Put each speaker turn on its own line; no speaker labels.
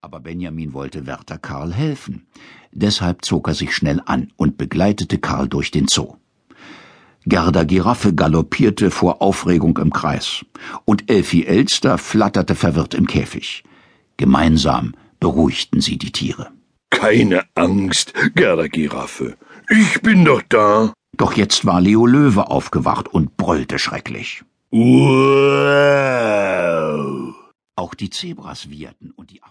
Aber Benjamin wollte Wärter Karl helfen. Deshalb zog er sich schnell an und begleitete Karl durch den Zoo. Gerda Giraffe galoppierte vor Aufregung im Kreis und Elfie Elster flatterte verwirrt im Käfig. Gemeinsam beruhigten sie die Tiere.
Keine Angst, Gerda Giraffe. Ich bin doch da.
Doch jetzt war Leo Löwe aufgewacht und brüllte schrecklich.
Wow.
Auch die Zebras wieherten und die